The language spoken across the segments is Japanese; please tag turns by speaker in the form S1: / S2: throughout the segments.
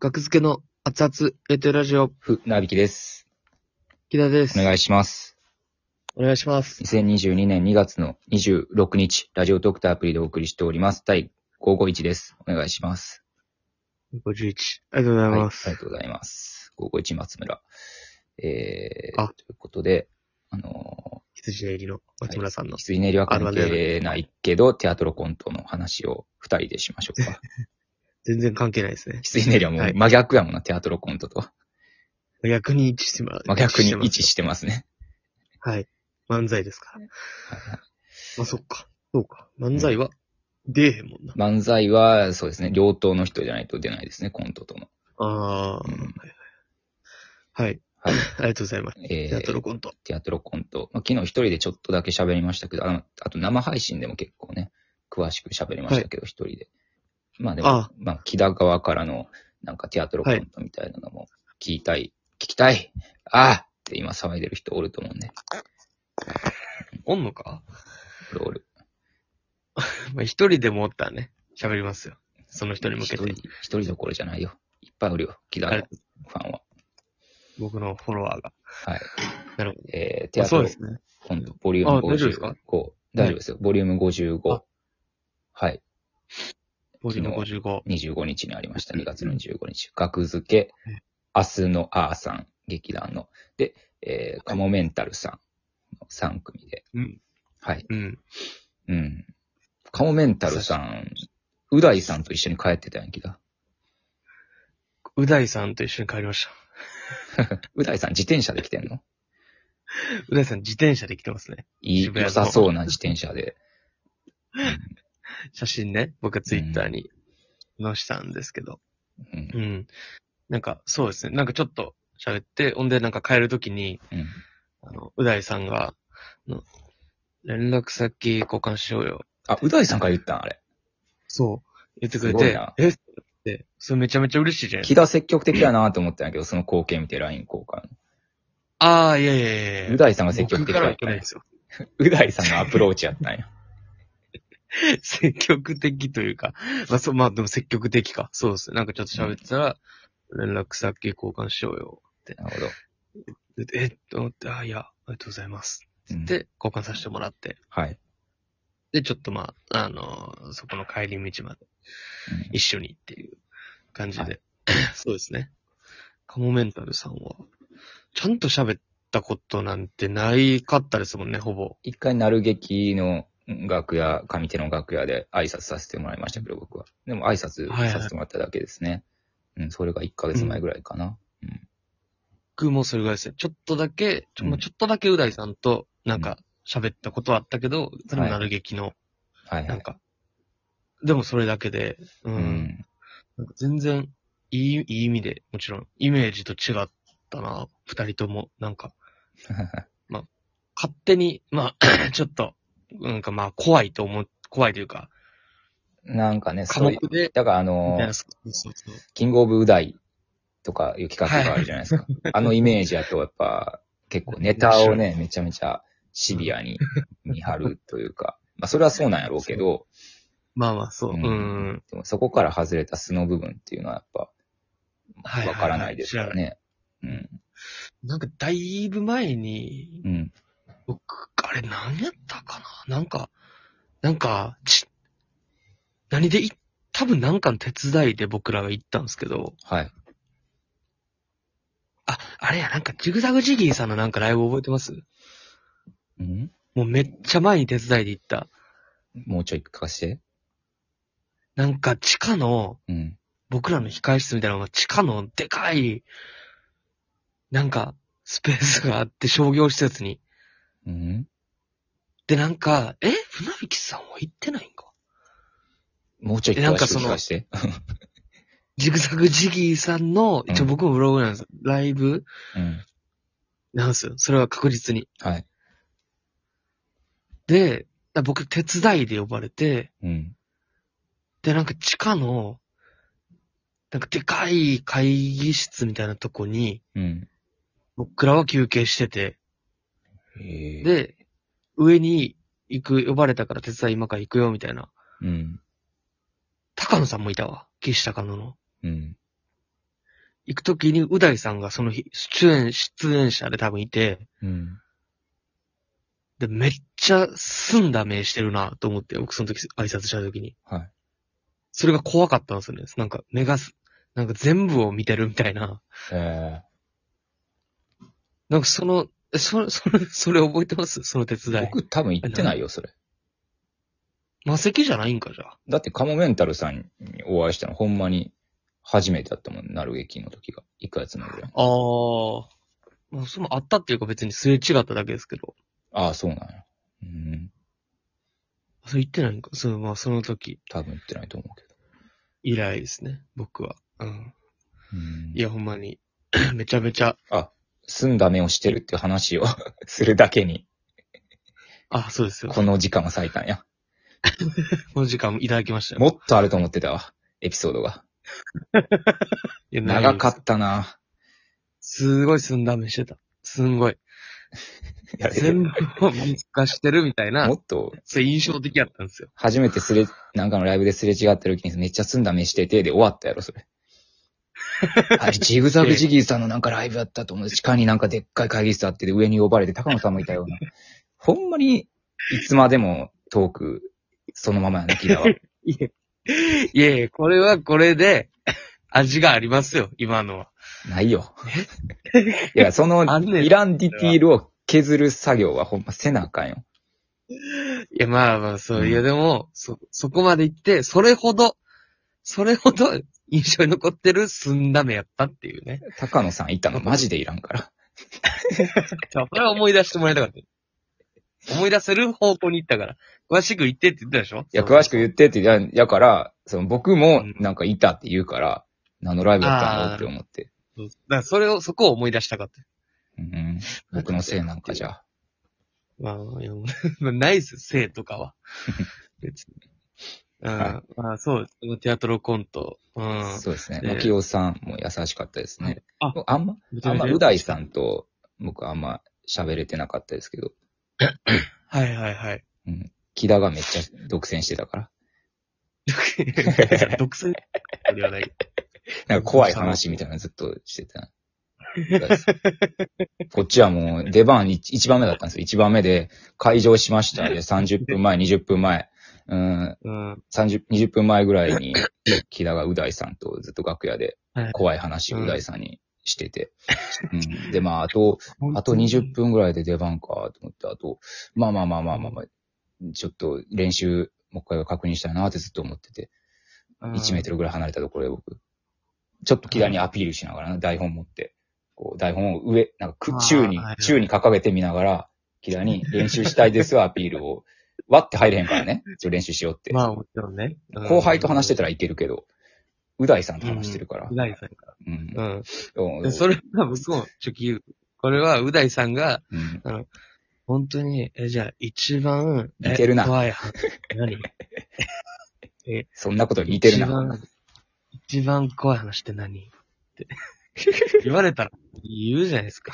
S1: 学付けの熱々レトロラジオ、
S2: ふ、なびきです。
S1: 木田です。
S2: お
S1: い。
S2: 願いします。
S1: お願いします。
S2: 2022年2月の26日、ラジオドクターアプリでお送りしております。第551です。お願いします。
S1: 51。ありがとうござい
S2: はい、あ
S1: ま
S2: り
S1: す。
S2: がとうございます。551松村。えー、
S1: あ
S2: ということで、あの
S1: 羊の入りの
S2: ー、
S1: 松村さんの
S2: はい、。羊練りは関
S1: あれ
S2: 係ないけど、テアトロコントの話を二人でしましょ うか。
S1: 全然関係ないですね。
S2: 羊練りはも
S1: は
S2: う
S1: い
S2: 真逆やもんな、テアトロコントとは。
S1: 逆に一致してま
S2: 真逆に
S1: してま
S2: 位
S1: す
S2: 置してますね。
S1: はい。漫才ですから。
S2: はいはい
S1: まあ、そっか。そうか。漫才は、出えへんもんな。
S2: 漫才は、そうですね、両党の人じゃないと出ないですね、コントとの。
S1: あ
S2: う
S1: ー。
S2: ん
S1: はい。
S2: はい。
S1: ありがとうございます。
S2: え
S1: テアトロコント。
S2: テアトロコント。まあ、昨日一人でちょっとだけ喋りましたけど、あのあと生配信でも結構ね、詳しく喋りましたけど、一、人で。まあでも、
S1: あ
S2: まあ、木田側からの、なんかテアトロコントみたいなのも聞いたい、聞きたいああって今騒いでる人おると思うんで、
S1: おんのか
S2: おるおる。
S1: まあ、一人でもおったらね、喋りますよ。その人に向
S2: 一
S1: けて
S2: 人、。一人どころじゃないよ。いっぱいおるよ、木田
S1: あ
S2: の
S1: れ
S2: ファンは。
S1: 僕のフォロワーが。
S2: はい。
S1: なるほ
S2: えー、
S1: ど。
S2: テア
S1: あそ
S2: ト
S1: う
S2: ロ
S1: ですね。
S2: コント、ボリューム
S1: あ
S2: 55。
S1: 大丈夫ですか
S2: 大丈夫ですよ。ボリューム55
S1: あ。
S2: はい。
S1: ボリューム55。
S2: 25日にありました、2月の25日。格付け、明日のあーさん、劇団の。で、えー、カモメンタルさん、3組で。
S1: うん。
S2: はい。
S1: うん。
S2: うん。カモメンタルさん、う大さんと一緒に帰ってたやんけだ。
S1: う大さんと一緒に帰りました。
S2: う大さん自転車で来てんの
S1: う大さん自転車で来てますね。
S2: いい、
S1: 渋谷の
S2: 良さそうな自転車で。
S1: 写真ね、僕はツイッターに載したんですけど。
S2: うん
S1: う。ん。なんか、そうですね。なんかちょっと喋って、ほんでなんか帰るときに、
S2: うん。
S1: あの、う大さんが、あの連絡先交換しようよ。
S2: あ、う大さんから言ったんあれ。
S1: そう。言ってくれ
S2: すごい
S1: て
S2: な、
S1: えって、それめちゃめちゃ嬉しいじゃないです
S2: 木
S1: か。
S2: 田積極的やなと思ったんやけど、その光景見て LINE 交換。
S1: ああ、いやいやいやいや。
S2: う大さんが積極的
S1: 僕から
S2: だ
S1: は
S2: っ
S1: 来
S2: た
S1: なんい
S2: や
S1: で。すよ。
S2: う大さんのアプローチやったんや。
S1: 積極的というか、まあそう、まあでも積極的か。そうですね。なんかちょっと喋ってたら、連絡先交換しようよ。
S2: なるほど。
S1: でえっと思って、あ、いや、ありがとうございます。
S2: うん、
S1: で、交換させてもらって。
S2: はい。
S1: で、ちょっとまあ、あのーそこの帰り道まで
S2: うん
S1: 一緒にっていう感じで。
S2: は
S1: そうですね。カモメンタルさんは、ちゃんと喋ったことなんてないかったですもんね、ほぼ。
S2: 一回、なる劇の楽屋、上手の楽屋で挨拶させてもらいましたけど、僕は。でも挨拶
S1: はいはい
S2: させてもらっただけですね。うん、それが1ヶ月前ぐらいかな。
S1: 僕もそれぐらいですね。ちょっとだけ、ちょ,、
S2: うん
S1: ちょっとだけう大さんとなんか喋ったことはあったけど、それもなる劇の、
S2: はいは
S1: なん
S2: い。
S1: か、でもそれだけで、うん。
S2: うん。
S1: なんか全然、いい、いい意味で、もちろん、イメージと違ったな、二人とも、なんか、勝手に、まあ、 ちょっと、なんかまあ、怖いと思う、怖いというか、
S2: なん かね、
S1: 科
S2: そうい
S1: 目
S2: う、
S1: で、
S2: だからあ
S1: み
S2: の
S1: たい、な、そうそうそう。
S2: キングオブウダイとかいう企画があるじゃないですか。 あのイメージやと、やっぱ、結構ネタをね、めちゃめちゃシビ アに見張るというか、まあそれはそうなんやろうけど、
S1: まあまあ、そう、う。
S2: うんんでもそこから外れた素の部分っていうのはやっぱ、
S1: はいはいはい
S2: わからないですからね。う。
S1: らなんなんか、だいぶ前に、
S2: うん。
S1: 僕、あれ何やったかななんか、なんか、ち、何でい、多分なんかの手伝いで僕らが行ったんですけど、
S2: はい。
S1: あ、あれや、なんかジグザグジギーさんのなんかライブ覚えてます
S2: うん
S1: もうめっちゃ前に手伝いで行った。
S2: もうちょい聞かして。
S1: なんか地下の、
S2: うん。
S1: 僕らの控室みたいなのが地下のでかい、なんかスペースがあって商業施設に。
S2: うん。
S1: で、なんか、え船引さんは行ってないんか
S2: もうちょい
S1: なん
S2: 詳
S1: か
S2: し
S1: そ
S2: く
S1: の
S2: 聞かして。
S1: ジグザグジギーさんの、一応
S2: うん
S1: 僕もブログなんです。ライブ
S2: うん。
S1: なんですよ。それは確実に。
S2: はい。
S1: で、だ僕手伝いで呼ばれて、
S2: うん。
S1: で、なんか地下の、なんかでかい会議室みたいなとこに、
S2: うん。
S1: 僕らは休憩してて、
S2: へえ、
S1: で、上に行く、呼ばれたから手伝い今から行くよ、みたいな。
S2: うん。
S1: 高野さんもいたわ。岸高野の。
S2: うん。
S1: 行くときに、う大さんがその日、出演、出演者で多分いて、
S2: うん。
S1: で、めっちゃ澄んだ目してるなと思って、僕その時挨拶した時に。
S2: はい。
S1: それが怖かったんですよね。なんか目がす、なんか全部を見てるみたいな。
S2: え
S1: なんかその、えそそれ、それ覚えてますその手
S2: ー、
S1: 伝い。
S2: 僕多分行ってないよ、それ。
S1: 魔石じゃないんか、じゃあ。
S2: だってカモメンタルさんにお会いしたの、ほんまに初めてだったもん、なる劇の時が。1ヶ月のぐらい。
S1: あー。まあ、そのあったっていうか別にすれ違っただけですけど。
S2: ああ、そうなんや。うん。
S1: それ言ってないんか。その、まあその時
S2: 多分行ってないと思うけど。
S1: 以来ですね。僕は。うん。
S2: うん
S1: いや、ほんまに。 めちゃめちゃ。
S2: 澄んだ目をしてるっていう話を するだけに、
S1: あ、そうですよ。
S2: この時間を割いたんや。
S1: この時間もいただきましたよ。
S2: もっとあると思ってたわ、エピソードが。
S1: いやないです
S2: 長かったな。
S1: すごい寸断目してた。すんごい。
S2: いや
S1: 全部を見透かしてるみたいな
S2: も、っと、
S1: それ印象的やったんですよ。
S2: 初めてすれ、なんかのライブですれ違った時にめっちゃ澄んだ目してて、で終わったやろ、それ。あれ、ジグザグジギーさんのなんかライブやったと思う。地下になんかでっかい会議室あって、で上に呼ばれて、高野さんもいたような。ほんまに、いつまでもトーク、そのままやね、キラは。
S1: いえ、いえいえ、これはこれで、 味がありますよ、今のは。
S2: ないよ。 いや、その、
S1: あんねん
S2: イランディティールを削る作業はほんませなあかんよ。
S1: いや、まあまあ、そう、
S2: うん
S1: いや、でも、そ、そこまで行って、それほど、それほど印象に残ってる寸だめやったっていうね。
S2: 高野さんいたのマジでいらんから。
S1: それは思い出してもらいたかった。思い出せる方向に行ったから。詳しく言ってって言ったでしょ
S2: いや、詳しく言
S1: っ
S2: ってって、や、やから、その僕もなんかいたって言うから、何のライブだったのって思って。
S1: だから、それを、そこを思い出したかった。
S2: うん、僕のせいなんかじゃあ。
S1: まあ、いやまあ、ナイス、せいと かは。別に。うん。
S2: は
S1: まあ、そうです。テアトロコント。うん。
S2: そうですね。
S1: ええ
S2: マキオさんも優しかったですね。
S1: あ
S2: あんま、あんま、う大さんと僕あんま喋れてなかったですけど、
S1: はいはい はい。
S2: うん。木田がめっちゃ独占してたから。
S1: 独占ではない。
S2: なんか怖い話みたいなのずっとしてた。 こっちはもう出番1番目だったんですよ。1番目で会場しました。で、30分前、20分前、うん、
S1: うん。
S2: 30、20分前ぐらい に、木田がう大さんとずっと楽屋で
S1: はい
S2: 怖い話をう大さんにしてて。うん、で、まあ、あと、あと20分ぐらいで出番かと思って、あと、まあまあまあまあまあまあ、ちょっと練習、もう一回確認したいなってずっと思ってて。
S1: うん。
S2: 1メートルぐらい離れたところで僕、ちょっと木田にアピールしながらな、台本持って、こう、台本を上、なんかく
S1: あ、ー
S2: 宙に
S1: はいはい、
S2: 宙に掲げてみながら、木田に練習したいですわ、アピールを。 割って入れへんからね。ちょ、練習しようって。
S1: まあ、もちろんね。うん
S2: 後輩と話してたらいけるけど、う大さんと話してるから。
S1: うだいさんか
S2: うん。
S1: ら。うん。
S2: うん
S1: でそれは僕も、ちょっと言う。これは、うだいさんが、
S2: うん
S1: 本当に、え、じゃあ、一番、え
S2: 似てるな
S1: 怖い話。何
S2: そんなこと 似てる
S1: 一
S2: な。
S1: 番、一番怖い話って何って 言われたら言うじゃないですか。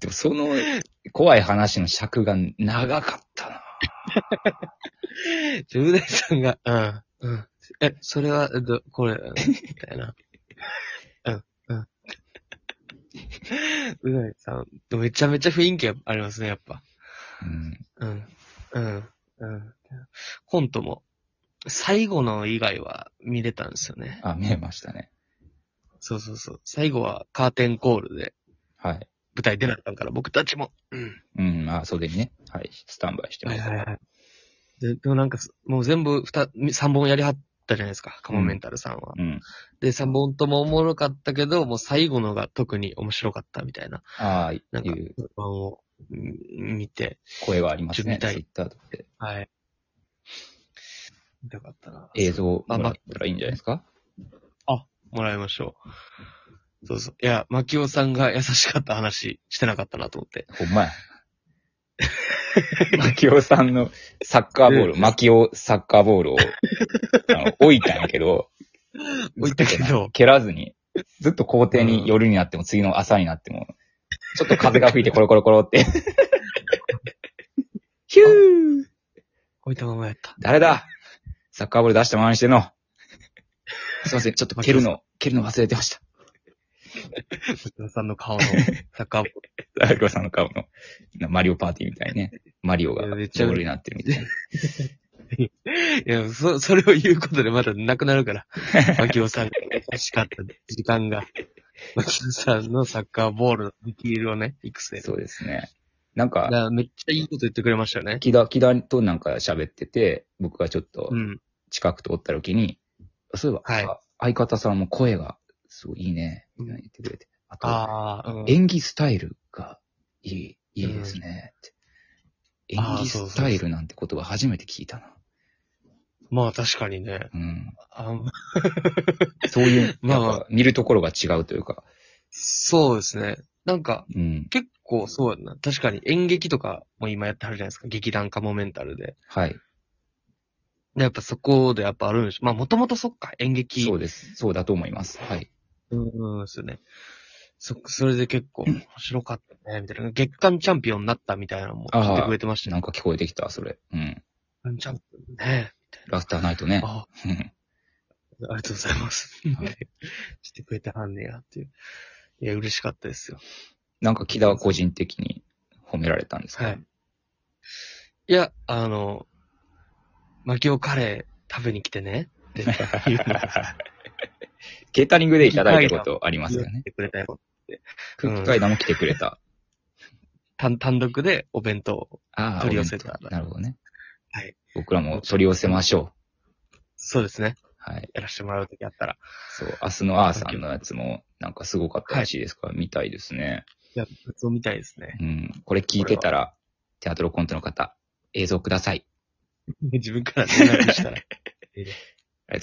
S2: でもその、怖い話の尺が長かったな。
S1: じゃあ、うだいさんが、うん、うん。え、それは、ど、これ、うんみたい な。うん、うん。うだいさん、でもめちゃめちゃ雰囲気ありますね、やっぱ。
S2: うん。
S1: うん、うん、うん。コントも、最後の以外は見れたんですよね。
S2: あ、見えましたね。
S1: そうそうそう。最後はカーテンコールで
S2: はい。
S1: 舞台出なかったから、僕たちも。うん。
S2: うん、あ、袖にね。はい。スタンバイしてま
S1: はい
S2: す
S1: はい。はい。で、でもなんかす、もう全部二、三本やりはったじゃないですか、カモメンタルさんは。
S2: うん。
S1: で、三本ともおもろかったけど、もう最後のが特に面白かったみたいな、
S2: ああ、い
S1: なんか
S2: う
S1: 不安をうん見て、
S2: 声はあります
S1: 準備
S2: ね。
S1: 隊
S2: ツイッターとかで。
S1: はい。見たかったな。
S2: 映像も
S1: あ
S2: ら
S1: ま
S2: ったらいいんじゃないですか
S1: もらいましょう。そうそう。いや、マキオさんが優しかった話してなかったなと思って。
S2: ほんまや。マキオさんのサッカーボール、マキオサッカーボールをあの置いたんやけど、
S1: 置いたけど
S2: 蹴らずに、ずっと校庭に夜になっても、次の朝になっても、ちょっと風が吹いてコロコロコロ って。ヒュー
S1: 置いたままやった。
S2: 誰だサッカーボール出したままにしてんの。すいません、ちょっと蹴るの、蹴るの忘れてました。
S1: 松田さんの 顔のサッカーボー
S2: ラクロさんの顔の、なマリオパーティーみたいにね。マリオが
S1: い
S2: ボ
S1: やめっちゃ
S2: ールになってるみたいな。
S1: ル。いや、そ、それを言うことでまだなくなる から。牧尾さんが欲しかった時間が。牧尾さんのサッカーボールのディティールをね、育成。
S2: そうですね。なん
S1: だ
S2: か
S1: か、らめっちゃいいこと言ってくれましたよね。
S2: 木田、木田となんか喋ってて、僕がちょっと
S1: うん。
S2: 近く通った時に、そういえば、
S1: はい
S2: あ相方さんも声がすごいいいね、みたいな言ってくれて。あと、
S1: ああ、うん。
S2: 演技スタイルがいい、いいですね、って。
S1: うん
S2: 演技スタイルなんて言葉初めて聞いたな。
S1: まあ確かにね。
S2: うん。
S1: あん
S2: そういう、
S1: まあまあ
S2: やっぱ見るところが違うというか、
S1: そうですね。なんか、
S2: うん。
S1: 結構そうやな。確かに演劇とかも今やってはるじゃないですか。劇団かもメンタルで。
S2: はい。
S1: で、やっぱそこでやっぱあるんでしょ。まあもともとそっか、演劇。
S2: そう
S1: で
S2: です。そうだと思います。はい。
S1: す。うん、ですよね。そ、それで結構面白かったね、みたいな。月間チャンピオンになったみたいなのも聞いてくれてました
S2: な
S1: ね。
S2: んか聞こえてきた、それ。うん。
S1: 月間チャンピオンね。
S2: ラスターナイトね。
S1: あ、
S2: うん
S1: ありがとうございます。
S2: はい
S1: してくれてはんねや、っていう。いや、嬉しかったですよ。
S2: なんか木田は個人的に褒められたんですか、
S1: はい。いや、あの、マキオカレー食べに来てね。っていうのを
S2: ケータリングでいただいたことあり ますよ
S1: 言っ
S2: ね。
S1: てくれたよ。
S2: 空気階段も来てくれた。
S1: 単単独でお弁当を
S2: ああ、
S1: 取り寄せた
S2: お弁当なるほどね。
S1: はい。
S2: 僕らも取り寄せましょ
S1: そうですね。
S2: う。はい。
S1: やらせてもらうときあったら。
S2: そう、明日のアーさんのやつも、なんかすごかったらしいですから、みたいですね。
S1: いや、そうみたいですね。
S2: うん。これ聞いてたら、テアトロコントの方、映像ください。
S1: 自分から連絡したら。